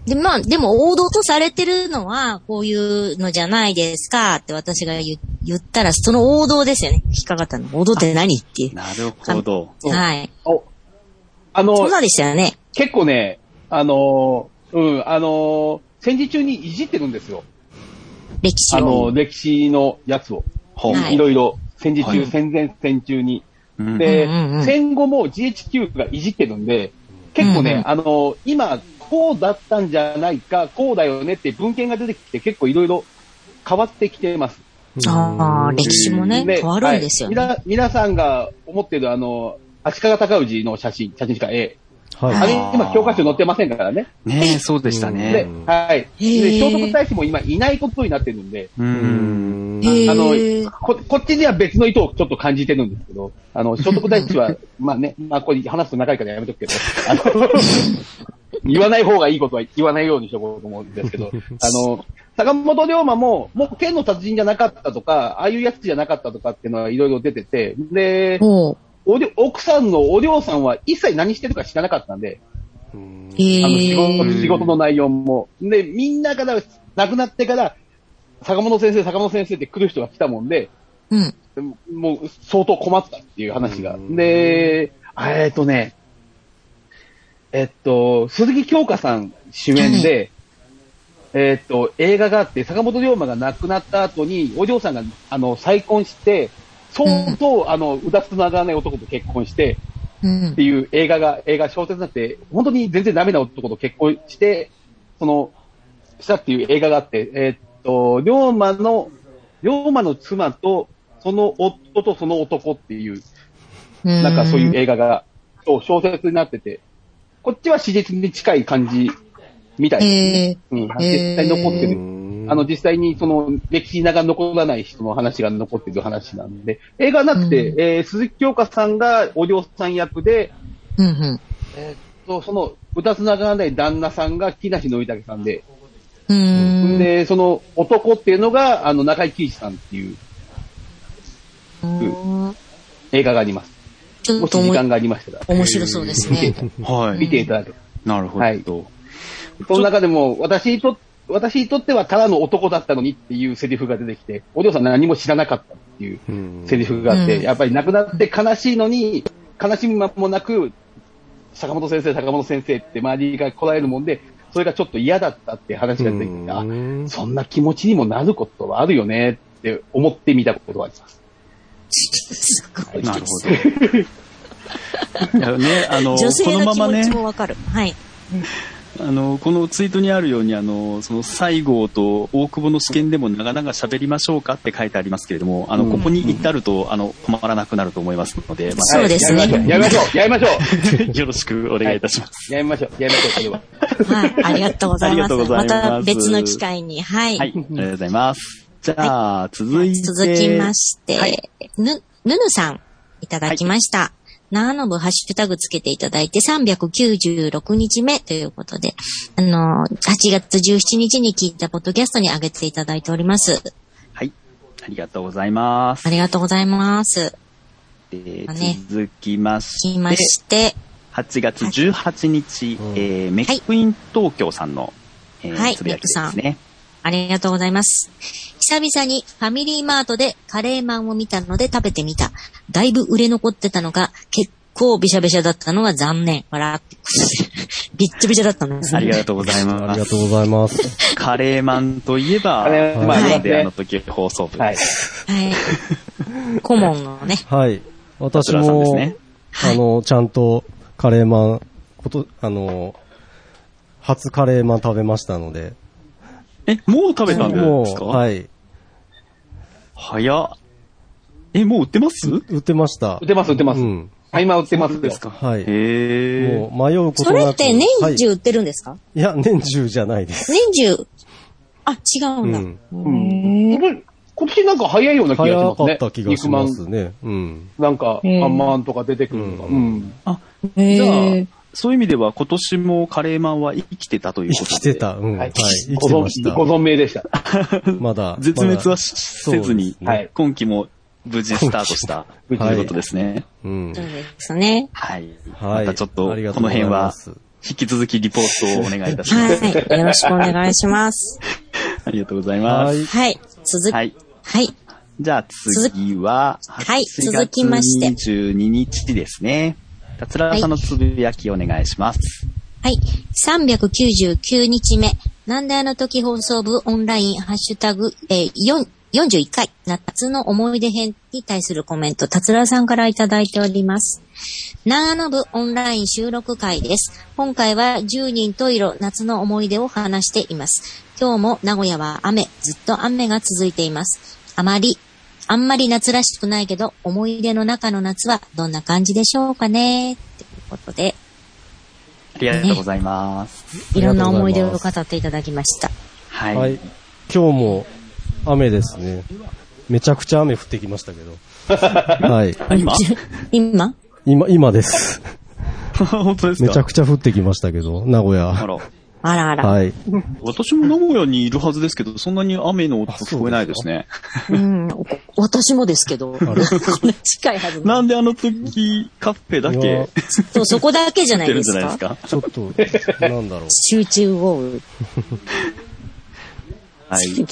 Speaker 2: で、まあ、でも王道とされてるのは、こういうのじゃないですか、って私が言言ったら、その王道ですよね。引っかかったの。王道って何っていう。
Speaker 4: なるほど。
Speaker 5: うん
Speaker 2: はい。
Speaker 5: おあ
Speaker 2: そ
Speaker 5: の
Speaker 2: ん、なんでしたよね。
Speaker 5: 結構ね、あのー、うん、あのー、戦時中にいじってるんですよ。
Speaker 2: 歴史
Speaker 5: あ
Speaker 2: を。
Speaker 5: の、歴史のやつを。
Speaker 4: ほう
Speaker 2: はい
Speaker 5: いろいろ、戦時
Speaker 4: はい
Speaker 5: 中、戦前、戦中に。
Speaker 4: うん
Speaker 5: で
Speaker 2: うんうんう、ん
Speaker 5: 戦後も GHQ がいじってるんで、結構
Speaker 2: うんう
Speaker 5: ね、
Speaker 2: ん
Speaker 5: あの、今、こうだったんじゃないか、こうだよねって文献が出てきて結構いろいろ変わってきてます。
Speaker 2: ああ、歴史もね、変わるんですよね。
Speaker 5: はいみな皆さんが思ってるあの、足利尊氏の写真、写真しか絵。
Speaker 3: はい。
Speaker 5: あれ
Speaker 4: あー、
Speaker 5: 今教科書載ってませんからね。
Speaker 4: ねえ、そうでした
Speaker 5: で
Speaker 4: ね。、
Speaker 5: はい。
Speaker 2: へ
Speaker 5: で、
Speaker 2: ー
Speaker 5: 聖徳太子も今いないことになってるんで、
Speaker 4: う。
Speaker 3: うんん
Speaker 2: へ
Speaker 5: あ
Speaker 2: ー
Speaker 5: の、こ、こっちには別の意図をちょっと感じてるんですけど、あの、聖徳太子は、 まあね、まあこれ話すと長いからやめとくけど、あの、 言わない方がいいことは言わないようにしとこうと思うんです けど、あの、坂本龍馬も、もう剣の達人じゃなかったとか、ああいうやつじゃなかったとかっていうのはいろいろ出てて、で、
Speaker 2: ほ
Speaker 5: おりょ奥さんのおりょうさんは一切何してるか知らなかったんで、
Speaker 2: う。
Speaker 5: あの仕
Speaker 2: へ
Speaker 5: 事
Speaker 2: ー
Speaker 5: 仕事の内容も。で、みんなから亡くなってから、坂本先生、坂本先生って来る人が来たもんで、
Speaker 2: うん。
Speaker 5: もう相当困ったっていう話が。
Speaker 3: うん
Speaker 5: で、えっとね、えっと、鈴木京香さん主演で、えっと、映画があって、坂本龍馬が亡くなった後に、お嬢さんが、あの、再婚して、相当、あの、うだつの上がらない男と結婚して、
Speaker 2: うん
Speaker 5: って。いう映画が、映画小説になって、本当に全然ダメな男と結婚して、その、したっていう映画があって、えーっと、龍馬の、龍馬の妻と、その夫とその男っていう、なんかそういう映画が、そう小説になってて、こっちは史実に近い感じみたいですね。うん、実際残ってる。あの、実際にその歴史が残らない人の話が残ってる話なんで、映画なくて、
Speaker 2: う
Speaker 5: えー鈴木京香さんがお嬢さん役で、
Speaker 2: うんうん。
Speaker 5: えーっと、その、歌つながらない旦那さんが木梨憲武さんで、
Speaker 2: うーん。
Speaker 5: で、その男っていうのが、あの、中井貴一さんっていう
Speaker 2: うん
Speaker 5: 映画があります。
Speaker 2: ちょ
Speaker 5: も
Speaker 2: っと
Speaker 5: し
Speaker 2: お
Speaker 5: 時
Speaker 2: も
Speaker 5: 間がありましたら、
Speaker 2: 面白そうです ね。
Speaker 4: はい。
Speaker 5: 見ていただけ。
Speaker 4: なるほ
Speaker 5: はい
Speaker 4: ど。
Speaker 5: その中でも、私にと、私にとってはただの男だったのにっていうセリフが出てきて、お嬢さん何も知らなかったっていう
Speaker 3: うん
Speaker 5: セリフがあっ
Speaker 2: うん
Speaker 5: て、やっぱり亡くなって悲しいのに、悲しみもなく、坂本先生、坂本先生って周りがこらえるもんで、それがちょっと嫌だったって話が出てきて、あ
Speaker 3: うん
Speaker 5: そんな気持ちにもなることはあるよねって思ってみたことがあります。
Speaker 2: すごい
Speaker 4: なるほど。いやね、あの、こ
Speaker 2: 女性
Speaker 4: の
Speaker 2: の
Speaker 4: ま
Speaker 2: 気
Speaker 4: ま
Speaker 2: 持
Speaker 4: ね
Speaker 2: ち、もわかる。はい。
Speaker 4: あの、このツイートにあるように、あの、その西郷と大久保の試験でも長々喋りましょうかって書いてありますけれども、あの、ここに至ると、あの、困らなくなると思いますので、ま
Speaker 2: そうですね
Speaker 5: はいやめましょう、やめましょう、
Speaker 4: あ、 よろしくお願いいたします。
Speaker 5: やめましょう、やめましょう、それは。
Speaker 2: はい。ありがとうございま
Speaker 4: ありがと
Speaker 2: す。
Speaker 4: うござい
Speaker 2: ま
Speaker 4: ます
Speaker 2: た別の機会に。はい。
Speaker 4: はい、ありがとうございます。じゃあ、続いて。
Speaker 2: 続きまして、
Speaker 4: はい
Speaker 2: ぬ、ぬぬさん、いただきました。長野部ハッシュタグつけていただいて396日目ということで、あの、8月17日に聞いたポッドキャストに上げていただいております。
Speaker 4: はい。ありがとうございます
Speaker 2: あ。りがとうございます。
Speaker 4: えー
Speaker 2: ね
Speaker 4: 続きま
Speaker 2: 聞き
Speaker 4: し
Speaker 2: ま
Speaker 4: て、
Speaker 2: して、
Speaker 4: 8月18日、
Speaker 3: はい
Speaker 4: えーメックイン東京さんの、えー
Speaker 2: はい
Speaker 4: つぶやきですね。
Speaker 2: ありがとうございます。久々にファミリーマートでカレーマンを見たので食べてみた。だいぶ売れ残ってたのが、結構びしゃびしゃだったのが残念。笑って。 びっちゃびちゃだったんですね。
Speaker 4: ありがとうござい
Speaker 3: あ
Speaker 4: ま
Speaker 3: りが
Speaker 4: す。
Speaker 3: とうござい ます。
Speaker 4: カレーマンといえば、
Speaker 5: カ
Speaker 3: ー
Speaker 5: レ
Speaker 3: マン
Speaker 4: 今ま
Speaker 5: は
Speaker 4: で
Speaker 5: い
Speaker 4: あの時放送部。
Speaker 5: はい。
Speaker 2: はい。顧問のね。
Speaker 3: はい。私
Speaker 4: 桂さんです
Speaker 3: も、
Speaker 4: ね
Speaker 3: あの、ちゃんとカレーマン、こと、あの、初カレーマン食べましたので。
Speaker 4: え、もう食べたん
Speaker 3: も
Speaker 4: ですか
Speaker 3: う、はい。
Speaker 4: 早っ。え、もう売ってます
Speaker 3: 売ってました
Speaker 5: 売っ。てます、売ってます。
Speaker 3: うん
Speaker 5: あ今売ってますよ。
Speaker 3: はい。
Speaker 4: へ
Speaker 3: も
Speaker 4: え。
Speaker 3: う迷うこと
Speaker 2: そ
Speaker 3: なく。
Speaker 2: れって年
Speaker 3: はい
Speaker 2: 中売ってるんですか、
Speaker 3: いや、年中じゃないです。
Speaker 2: 年中。あ、違うんだ。
Speaker 3: うん
Speaker 5: うん今年なんか早いような気がし
Speaker 3: 早
Speaker 5: ます
Speaker 3: か
Speaker 5: ね。
Speaker 3: った気がします
Speaker 5: 肉
Speaker 3: ね。うん。
Speaker 5: まん、なんか、
Speaker 2: へー
Speaker 5: ハンマーンとか出てくるのが。
Speaker 3: うん
Speaker 5: うん。
Speaker 4: あ、
Speaker 2: へ
Speaker 4: じゃあ
Speaker 2: ー、
Speaker 4: そういう意味では今年もカレーマンは生きてたという
Speaker 3: 生
Speaker 4: ことで。
Speaker 3: きて。た。うん。
Speaker 5: は
Speaker 3: はいい。生きてました
Speaker 5: ご。存ご存命でした。
Speaker 3: まだ。
Speaker 4: 絶滅は
Speaker 3: まだ
Speaker 4: しせずに、
Speaker 5: まだはい
Speaker 4: 今期も無事スタートしたと
Speaker 3: 今期
Speaker 4: いうことですね。
Speaker 3: うん
Speaker 2: そう。ですね。
Speaker 4: はい。
Speaker 3: はい。
Speaker 4: またちょっと、こ
Speaker 3: ありが
Speaker 4: の
Speaker 3: とうござい
Speaker 4: 辺は
Speaker 3: ます、
Speaker 4: 引き続きリポートをお願いいたします。
Speaker 2: はい。よろしくお願いします。
Speaker 4: ありがとうございま
Speaker 3: は
Speaker 4: す。
Speaker 3: い。
Speaker 2: はい。続き、
Speaker 4: は
Speaker 2: はいい。
Speaker 4: じゃあ次は、
Speaker 2: はい続きまして
Speaker 4: 22日ですね。たつらさんのつぶやきお願いします。
Speaker 2: はい。399日目。なんであの時放送部オンラインハッシュタグ、えー、4 41回、夏の思い出編に対するコメント、達郎さんからいただいております。長野部オンライン収録会です。今回は10人と色夏の思い出を話しています。今日も名古屋は雨、ずっと雨が続いています。あまり、あんまり夏らしくないけど、思い出の中の夏はどんな感じでしょうかねということで、
Speaker 4: ありがとうございます。
Speaker 2: いろんな思い出を語っていただきました。
Speaker 4: はい。
Speaker 3: はい。今日も雨ですね。めちゃくちゃ雨降ってきましたけど。はい。
Speaker 4: あ今
Speaker 2: 今
Speaker 3: 今、今です。
Speaker 4: 本当ですか
Speaker 3: めちゃくちゃ降ってきましたけど、名古
Speaker 4: あ
Speaker 3: 屋。
Speaker 4: ら
Speaker 2: あらあら。
Speaker 3: はい。
Speaker 4: 私も名古屋にいるはずですけど、そんなに雨の音聞こえないですね。
Speaker 2: うん、お私もですけど、こ
Speaker 3: れ
Speaker 2: れ近いはずな
Speaker 4: なんであの時、カフェだ
Speaker 3: いや
Speaker 4: け
Speaker 2: そう、そこだけじゃ
Speaker 4: 撮
Speaker 2: な
Speaker 4: っ
Speaker 2: い
Speaker 4: てる
Speaker 2: で
Speaker 4: んじ
Speaker 2: す
Speaker 4: ゃないで
Speaker 2: か
Speaker 4: す。
Speaker 3: ち
Speaker 4: か
Speaker 3: ょっと、なんだろう。
Speaker 2: 集中豪雨。
Speaker 4: はい。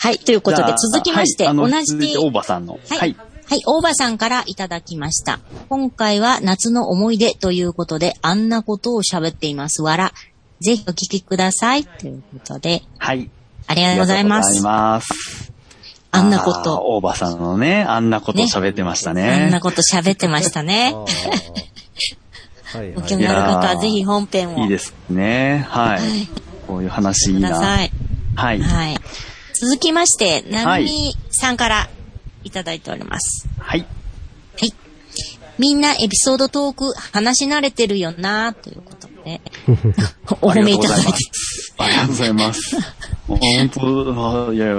Speaker 2: はい、ということ
Speaker 4: じ
Speaker 2: で
Speaker 4: ゃあ、
Speaker 2: 続きまして、
Speaker 4: はいあ
Speaker 2: 同
Speaker 4: の続い
Speaker 2: じ
Speaker 4: て、大場さんの。
Speaker 2: はい。はい。大場さんからいただきました。今回は夏の思い出ということで、あんなことを喋っています。わら。ぜひお聞きください。ということで、
Speaker 4: はい。
Speaker 2: あり
Speaker 4: あ
Speaker 2: がとうございま
Speaker 4: りがとうござ
Speaker 2: す。
Speaker 4: い
Speaker 2: あ
Speaker 4: ます。
Speaker 2: んなこ
Speaker 4: あー
Speaker 2: と、
Speaker 4: 大場さんのね、あんなこと喋ってました
Speaker 2: あんな
Speaker 4: ね。
Speaker 2: こと喋ってました
Speaker 3: あ
Speaker 2: ね。
Speaker 3: ーはい
Speaker 2: ご
Speaker 3: は
Speaker 2: 興
Speaker 3: い。
Speaker 2: 味ある方はぜひ本編を。
Speaker 4: いいですね。はい。こういう話いい
Speaker 2: くだ
Speaker 4: な。
Speaker 2: さい。
Speaker 4: はい。
Speaker 2: はい。続きまして、な
Speaker 4: は
Speaker 2: みみ
Speaker 4: い
Speaker 2: さんからいただいております。
Speaker 4: はい。
Speaker 2: はい。みんなエピソードトーク話し慣れてるよなということ で、お
Speaker 4: あり
Speaker 2: 褒
Speaker 4: が
Speaker 2: め
Speaker 4: とう
Speaker 2: い
Speaker 4: ご
Speaker 2: ただ
Speaker 4: ざ
Speaker 2: い
Speaker 4: い
Speaker 2: て
Speaker 4: ま。す。ありがとうございます。もう本当、いやいや、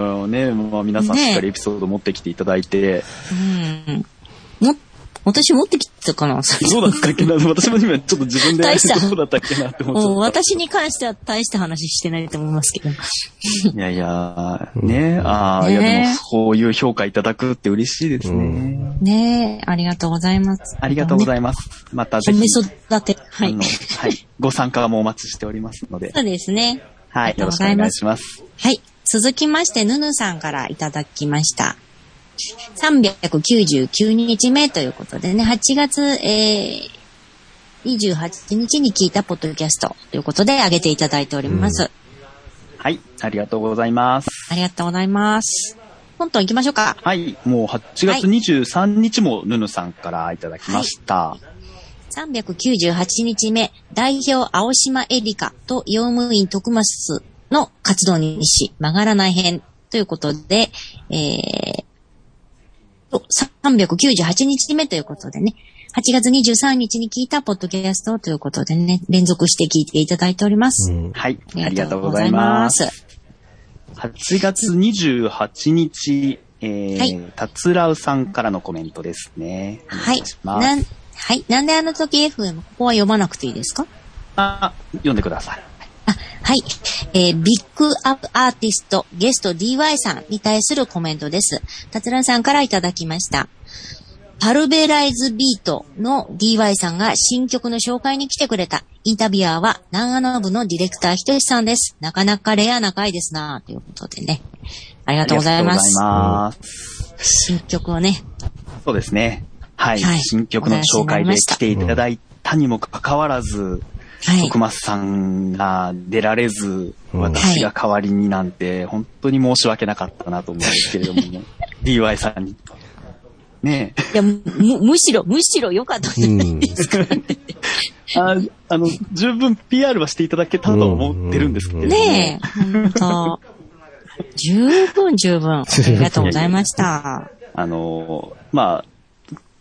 Speaker 4: ね、まあ皆さん
Speaker 2: ね
Speaker 4: しっかりエピソード持ってきていただいて、
Speaker 2: うん。も、私持ってきてたかな 最初
Speaker 4: どうだったっけな私も今ちょっと自分で
Speaker 2: 大した
Speaker 4: どうだったっけなって思っちゃ
Speaker 2: うん
Speaker 4: った。
Speaker 2: 私に関しては大した話してないと思いますけど。
Speaker 4: いやいや、ね、ああ、いや
Speaker 2: ね
Speaker 4: でもそういう評価いただくって嬉しいですね。
Speaker 2: ねえ、ありがとうございます。
Speaker 4: ありがとうござ
Speaker 2: い
Speaker 4: います。またぜ
Speaker 2: 褒
Speaker 4: ひ
Speaker 2: め、育て。は
Speaker 4: あ
Speaker 2: い
Speaker 4: の。はい、ご参加もお待ちしておりますので
Speaker 2: そ、うですね。
Speaker 4: は
Speaker 2: あ
Speaker 4: い
Speaker 2: り、が
Speaker 4: よ
Speaker 2: とうござ
Speaker 4: ろしくお
Speaker 2: い
Speaker 4: 願
Speaker 2: ま
Speaker 4: い
Speaker 2: す
Speaker 4: します。
Speaker 2: はい。続きまして、ぬぬさんからいただきました。399日目ということでね、8月、えー、28日に聞いたポッドキャストということで上げていただいております。
Speaker 4: はい、ありがとうございます。
Speaker 2: ありがとうございます。トントン行きましょうか。
Speaker 4: はい、もう8月23日もヌヌさんからいただきました。
Speaker 2: 398日目、代表青島エリカと用務員徳松の活動にし、曲がらない編ということで、えー、398日目ということでね、8月23日に聞いたポッドキャストということでね、連続して聞いていただいております。
Speaker 3: うん
Speaker 4: はい、ありがとうございます。
Speaker 2: ありがとうございます。
Speaker 4: 8月28日、え
Speaker 2: はい
Speaker 4: ー、たつらうさんからのコメントですね。
Speaker 2: はい。
Speaker 4: お願いします
Speaker 2: なんはい。なんであの時 FM、ここは読まなくていいですか
Speaker 4: あ、読んでください。
Speaker 2: あ、はい。えービッグアップアーティスト、ゲスト DY さんに対するコメントです。達郎さんからいただきました。パルベライズビートの DY さんが新曲の紹介に来てくれた。インタビュアーは、南アノブのディレクターひとしさんです。なかなかレアな回ですなということでね。あり
Speaker 4: あ
Speaker 2: がとうございます。
Speaker 4: りがとうございます
Speaker 2: 新曲をね。
Speaker 4: そうですね。はい。
Speaker 2: はい
Speaker 4: 新曲の紹介で来ていただいたにもかかわらず、
Speaker 2: はい
Speaker 4: 徳。松さんが出られず、
Speaker 3: うん
Speaker 4: 私が代わりになんて、本当に申し訳なかったなと思うんですけれど も、ね、DY さんに。ねえ。
Speaker 2: いや、む、むしろ、むしろ良かったんじゃないですか。
Speaker 4: ああの、十分 PR はしていただけたと思ってるんですけれども。
Speaker 2: ねえ、本当十分十分。ありがとうございました。
Speaker 4: あの、まあ、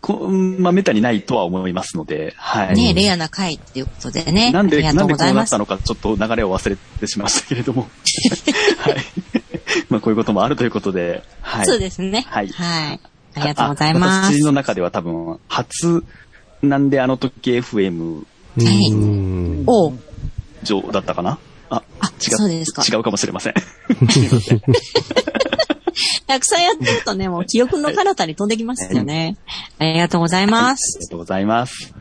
Speaker 4: こまあ、めったにないとは思いますので、はい。
Speaker 2: ねえ、レアな回っていうことでね。
Speaker 4: なんで、
Speaker 2: あ
Speaker 4: な
Speaker 2: りがと
Speaker 4: ん
Speaker 2: う
Speaker 4: で
Speaker 2: ご
Speaker 4: こ
Speaker 2: ざいう
Speaker 4: な
Speaker 2: ま
Speaker 4: っ
Speaker 2: す。
Speaker 4: たのか、ちょっと流れを忘れてしまいましたけれ ども。はい。 まあ、こういうこともあるということで、はい。
Speaker 2: そうですね。
Speaker 4: はい
Speaker 2: はい。あ
Speaker 4: あ
Speaker 2: りがとうございま
Speaker 4: 私
Speaker 2: す。
Speaker 4: の中では多分、初、なんであの時 FM
Speaker 2: い
Speaker 3: うん
Speaker 2: おう
Speaker 4: 上だったかなあ、
Speaker 2: あ、
Speaker 4: 違
Speaker 2: そうですか。
Speaker 4: 違うかもしれません。
Speaker 2: たくさんやってるとね、もう記憶の彼方に飛んできますよね。ありがとうございま
Speaker 4: あ
Speaker 2: す
Speaker 4: り。がとうございます。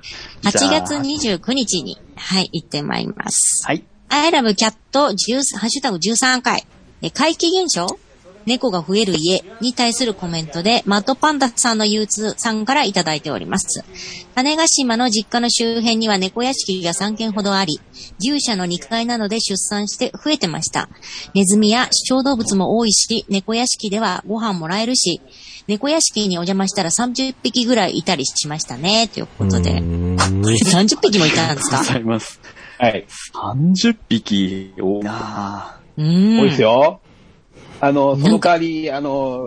Speaker 2: 8月
Speaker 4: に
Speaker 2: 29日に、はい、行ってまいります。
Speaker 4: はい。
Speaker 2: I love cat 10ハッシュタグ13回。え怪奇現象猫が増える家に対するコメントで、マットパンダさんの憂鬱さんからいただいております。種子島の実家の周辺には猫屋敷が3軒ほどあり、牛舎の2階なので出産して増えてました。ネズミや小動物も多いし、猫屋敷ではご飯もらえるし、猫屋敷にお邪魔したら30匹ぐらいいたりしましたね、ということで。30匹もいたんです
Speaker 4: あ
Speaker 2: か
Speaker 4: りがと うございます。
Speaker 5: はい。
Speaker 4: 30匹、多いなぁ
Speaker 2: うん。
Speaker 5: 多いですよ。あの、
Speaker 2: ん
Speaker 5: その代わり、あの、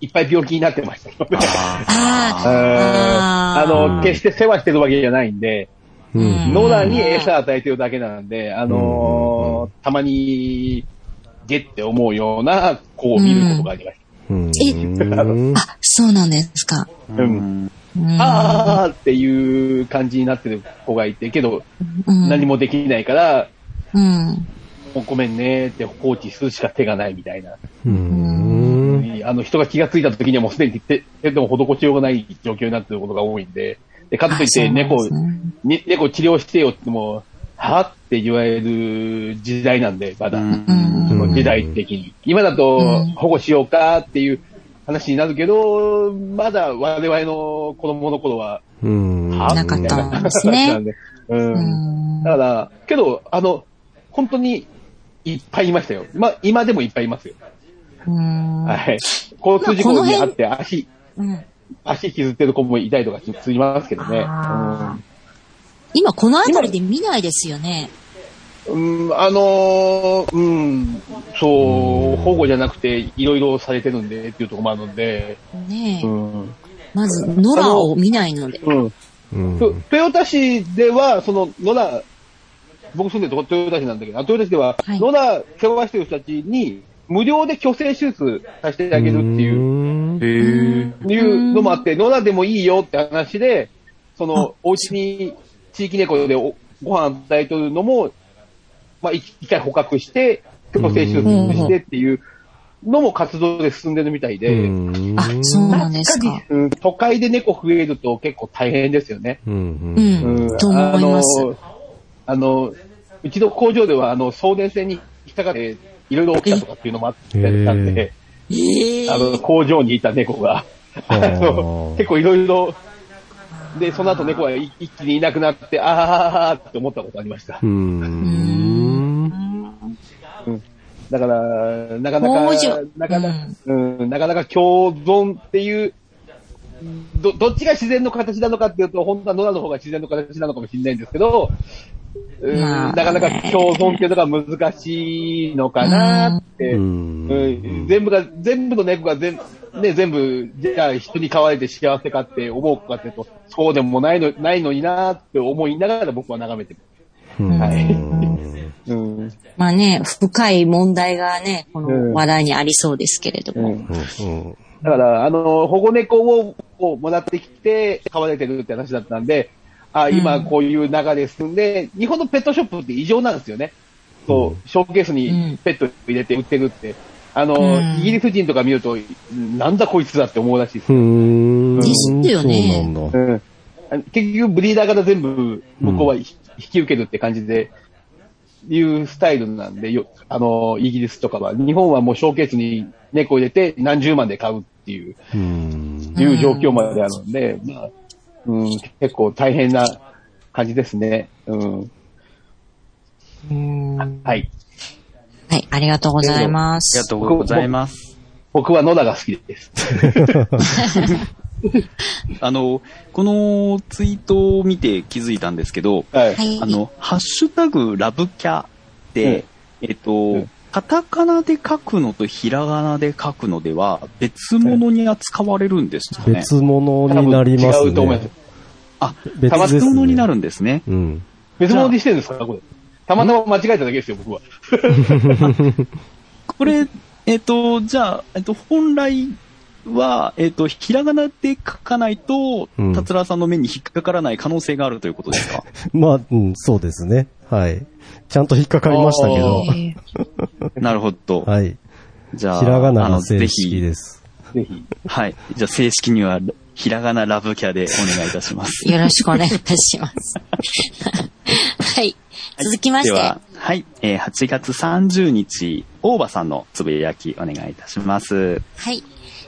Speaker 5: いっぱい病気になってましたけどね。うん
Speaker 2: あ
Speaker 5: あ
Speaker 2: ー
Speaker 5: の、決して世話してるわけじゃないんで、
Speaker 3: うん
Speaker 5: 野良に餌与えてるだけなんで、あのーたまに、ゲって思うような子を見ることがありまし
Speaker 3: うん
Speaker 2: え
Speaker 3: うん
Speaker 2: あ、そうなんですか。
Speaker 5: た。うん。あーっていう感じになってる子がいて、けど、
Speaker 2: うん、
Speaker 5: 何もできないから、
Speaker 2: うん。
Speaker 5: もうごめんねって放置するしか手がないみたいな。
Speaker 3: うん
Speaker 5: あの、人が気がついた時にはもうすでに手手でも施しようがない状況になってることが多いんで、で、かといっ
Speaker 2: あそう
Speaker 5: て
Speaker 2: なんで
Speaker 5: 猫、
Speaker 2: すね
Speaker 5: に猫治療してよっても、はって言われる時代なんで、まだ。
Speaker 2: うん
Speaker 5: その時代的に。今だと保護しようかっていう話になるけど、まだ我々の子供の頃は、
Speaker 3: うん
Speaker 5: は
Speaker 2: なかったんです
Speaker 5: 話
Speaker 2: ね
Speaker 5: なん。で。うん。
Speaker 2: うん
Speaker 5: だから、けど、あの、本当にいっぱいいましたよ。まあ、今でもいっぱいいますよ。
Speaker 2: うん
Speaker 5: はい。交通事
Speaker 2: まあこの
Speaker 5: 故に
Speaker 2: 辺
Speaker 5: あって足、
Speaker 2: うん
Speaker 5: 足引きずってる子もいたりとかしすりますけどね。
Speaker 2: あ今この辺りで見ないですよね。
Speaker 5: うん、うんあのーうん、そう、保護じゃなくて、いろいろされてるんで、っていうところもあるので、
Speaker 2: ねえ
Speaker 5: うん。
Speaker 2: まず、野良を見ないので。
Speaker 5: うん。
Speaker 3: うん
Speaker 5: と豊田市では、その、野良、僕住んでるとこ豊田市なんだけど、豊田市では、
Speaker 2: はい
Speaker 5: 野良世話してる人たちに、無料で虚勢手術させてあげるっていう、
Speaker 3: う。
Speaker 5: いうのもあって、野良でもいいよって話で、その、お家に地域猫でおご飯与えとるのも、まあ、一一回捕獲して、結構手術してっていうのも活動で進んでるみたいで、
Speaker 3: ん
Speaker 2: あ、そうなんですか。
Speaker 5: うん都会で猫増えると結構大変ですよね。
Speaker 3: うん
Speaker 2: う。
Speaker 5: うんん
Speaker 2: と思います
Speaker 5: あの、あのうちの工場では、あの、送電線に引っかかって、いろいろ起きたとかっていうのもあったんで、
Speaker 2: ええ
Speaker 5: あの、工場にいた猫が、
Speaker 3: あ
Speaker 5: あ
Speaker 3: ー
Speaker 5: の、結構いろいろ、で、その後猫は一一気にいなくなって、あーって思ったことありました
Speaker 3: う。ん。
Speaker 5: だから、なかな
Speaker 2: もう
Speaker 5: か
Speaker 2: じょ、
Speaker 5: なかなか、うん、なかなか共存っていう、ど、どっちが自然の形なのかっていうと、本当は野良の方が自然の形なのかもしれないんですけど、うん、
Speaker 2: まあ
Speaker 5: なかなか共存っていうのが難しいのかなって、
Speaker 3: うん
Speaker 5: うん全部が、全部の猫が全、ね、全部、じゃあ人に飼われて幸せかって思うかっていうと、そうでもないの、ないのになって思いながら僕は眺めてる。うん。
Speaker 2: まあね、深い問題がね、この話題にありそうですけれども。
Speaker 5: だから、あの、保護猫ををもらってきて、飼われてるって話だったんで、あ今こういう流れ進んで、日本のペットショップって異常なんですよね。そう、ショーケース
Speaker 2: うん
Speaker 5: にペット入れて売ってるって。あの、
Speaker 2: うん
Speaker 5: イギリス人とか見ると、なんだこいつだって思うらしいです。
Speaker 3: うん。
Speaker 5: う。ん。あの結局、ブリーダーから全部、向こうはひ引き受けるって感じで、いうスタイルなんで、よ、あの、イギリスとかは。日本はもうショーケースに猫入れて何十万で買うっていう、
Speaker 3: うん。
Speaker 5: いう状況まであるんで、まあ、うん、結構大変な感じですね。うん。はい。
Speaker 2: はい、ありがとうございま
Speaker 4: りが
Speaker 2: す。
Speaker 4: とうございます。
Speaker 5: 僕は野田が好きです。
Speaker 4: あの、このツイートを見て気づいたんですけど、
Speaker 5: はい。
Speaker 2: はい。
Speaker 4: あの、ハッシュタグラブキャで、えっと、
Speaker 5: ん
Speaker 4: カタカナで書くのとひらがなで書くのでは別物に扱われるんですよね。
Speaker 3: 別物になります
Speaker 5: 多分違うと思いま
Speaker 3: ね
Speaker 5: す。。
Speaker 4: あ、
Speaker 3: 別
Speaker 5: たま
Speaker 3: です
Speaker 4: 別
Speaker 3: ね
Speaker 4: 物になるんですね。
Speaker 3: うん。
Speaker 5: 別物にしてるんですかこれ。たまたま間違えただけですよ、僕は。
Speaker 4: これ、えっと、じゃあ、えっと、本来は、えっと、ひらがなで書かないと、
Speaker 3: うん
Speaker 4: 達郎さんの目に引っかからない可能性があるということで すか
Speaker 3: まあ、うん、そうですね。はい。ちゃんと引っかかりましたけど
Speaker 5: あ。
Speaker 2: えー
Speaker 4: なるほど。
Speaker 3: はい。
Speaker 4: じゃあ、
Speaker 3: ひらがな
Speaker 4: あ
Speaker 3: の
Speaker 4: の
Speaker 3: 正
Speaker 4: ぜ
Speaker 3: 式
Speaker 4: ひ、
Speaker 3: です。
Speaker 5: ぜひ。
Speaker 4: はい。じゃあ、正式には、ひらがなラブキャでお願いいたします。
Speaker 2: よろしくお願いいたし ます。はい。続きまして。
Speaker 4: では、はい、えー8月30日、大場さんのつぶやきお願いいたします。
Speaker 2: はい。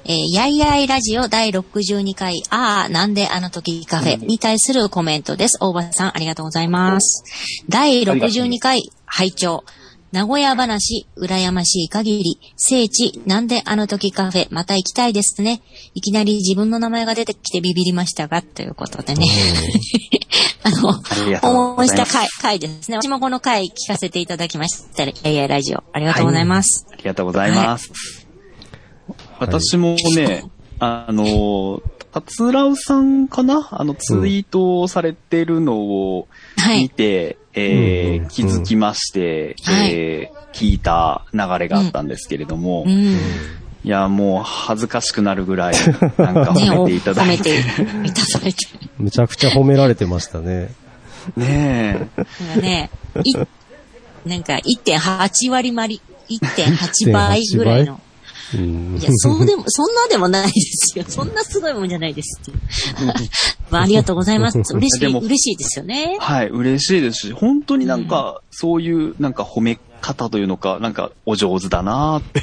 Speaker 2: えーやいやいラジオ第62回、ああ、なんであの時カフェに対するコメントです。大場さん、ありがとうございます。第62回、拝聴。名古屋話、羨ましい限り、聖地、なんであの時カフェ、また行きたいですね。いきなり自分の名前が出てきてビビりましたが、ということでね。 あの、
Speaker 4: りがとう
Speaker 2: 思
Speaker 4: ご
Speaker 2: い
Speaker 4: ざい
Speaker 2: した
Speaker 4: ます
Speaker 2: 回、回ですね。私もこの回聞かせていただきました。やいやいラジオ、ありがとうございます。
Speaker 4: ありがとうございます。私もね、あの、たつらうさんかなあの、ツイートをされてるのを
Speaker 2: はい
Speaker 4: 見て、えー
Speaker 3: うん
Speaker 4: 気づきまして、
Speaker 2: はい
Speaker 4: えー聞いた流れがあったんですけれども、
Speaker 2: う
Speaker 4: い
Speaker 2: ん。
Speaker 4: や、もう恥ずかしくなるぐらい、なんか
Speaker 2: ね、
Speaker 4: 褒
Speaker 2: お
Speaker 4: めていた
Speaker 2: 褒
Speaker 4: だ
Speaker 2: め
Speaker 4: いて。
Speaker 2: ていただいて。
Speaker 3: むちゃくちゃ褒められてましたね。
Speaker 4: ねえ。
Speaker 2: なんかね、い、なんか1.8割まり、1.8倍ぐらいの。
Speaker 3: うん
Speaker 2: いや、そうでも、そんなでもないですよ。そんなすごいもんじゃないです って。まあ、ありがとうございます。嬉し
Speaker 4: で
Speaker 2: い、
Speaker 4: も
Speaker 2: 嬉しいですよね。
Speaker 4: はい、嬉しいですし、本当になんか、そういう、なんか褒め方というのか、なんかお上手だなーって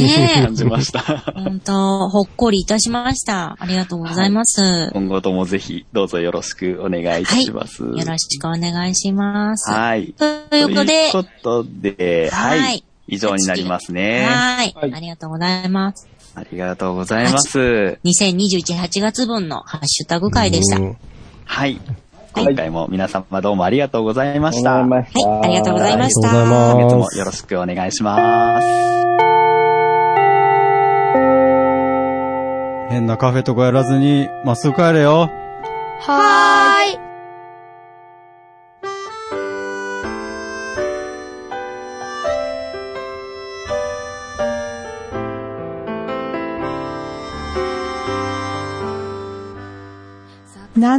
Speaker 2: ねえ
Speaker 4: 感じました。
Speaker 2: 本当ほっこりいたしました。ありがとうございます。
Speaker 4: 今後ともぜひ、どうぞよろしくお願いいたします。
Speaker 2: よろしくお願いします。
Speaker 4: はい。
Speaker 2: ということで、
Speaker 4: ということで、はい。
Speaker 2: はい
Speaker 4: 以上になりますね。
Speaker 2: はい
Speaker 5: はい
Speaker 2: ありがとうございます。
Speaker 4: ありがとうございます。
Speaker 2: 20218月分のハッシュタグ会でした。
Speaker 3: う
Speaker 2: は
Speaker 3: ん
Speaker 4: はい。今回も皆様どうもありがとうございました。
Speaker 5: 思い
Speaker 4: 今
Speaker 5: まし
Speaker 2: い、
Speaker 5: た
Speaker 2: ありがとうございまし
Speaker 3: ありがとうございます
Speaker 2: た。
Speaker 4: 月もよろしくお願いします。
Speaker 6: 変なカフェとかやらずに、まっすぐ帰れよ。
Speaker 7: な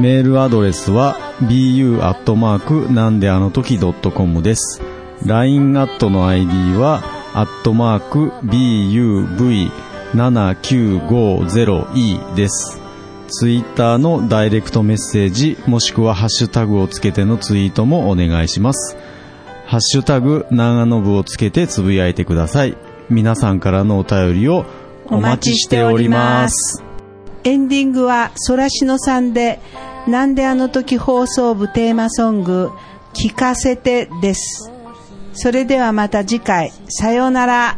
Speaker 6: メールアドレスは bu なんであの時 .com です。LINE アットの ID は、アットマーク buv7950e です。ツイッターのダイレクトメッセージ、もしくはハッシュタグをつけてのツイートもお願いします。ハッシュタグ、長野部をつけてつぶやいてください。皆さんからのお便りをお待ちしております。
Speaker 7: エンディングはソラシノさんで、なんであの時放送部テーマソング、聞かせてです。それではまた次回、さようなら。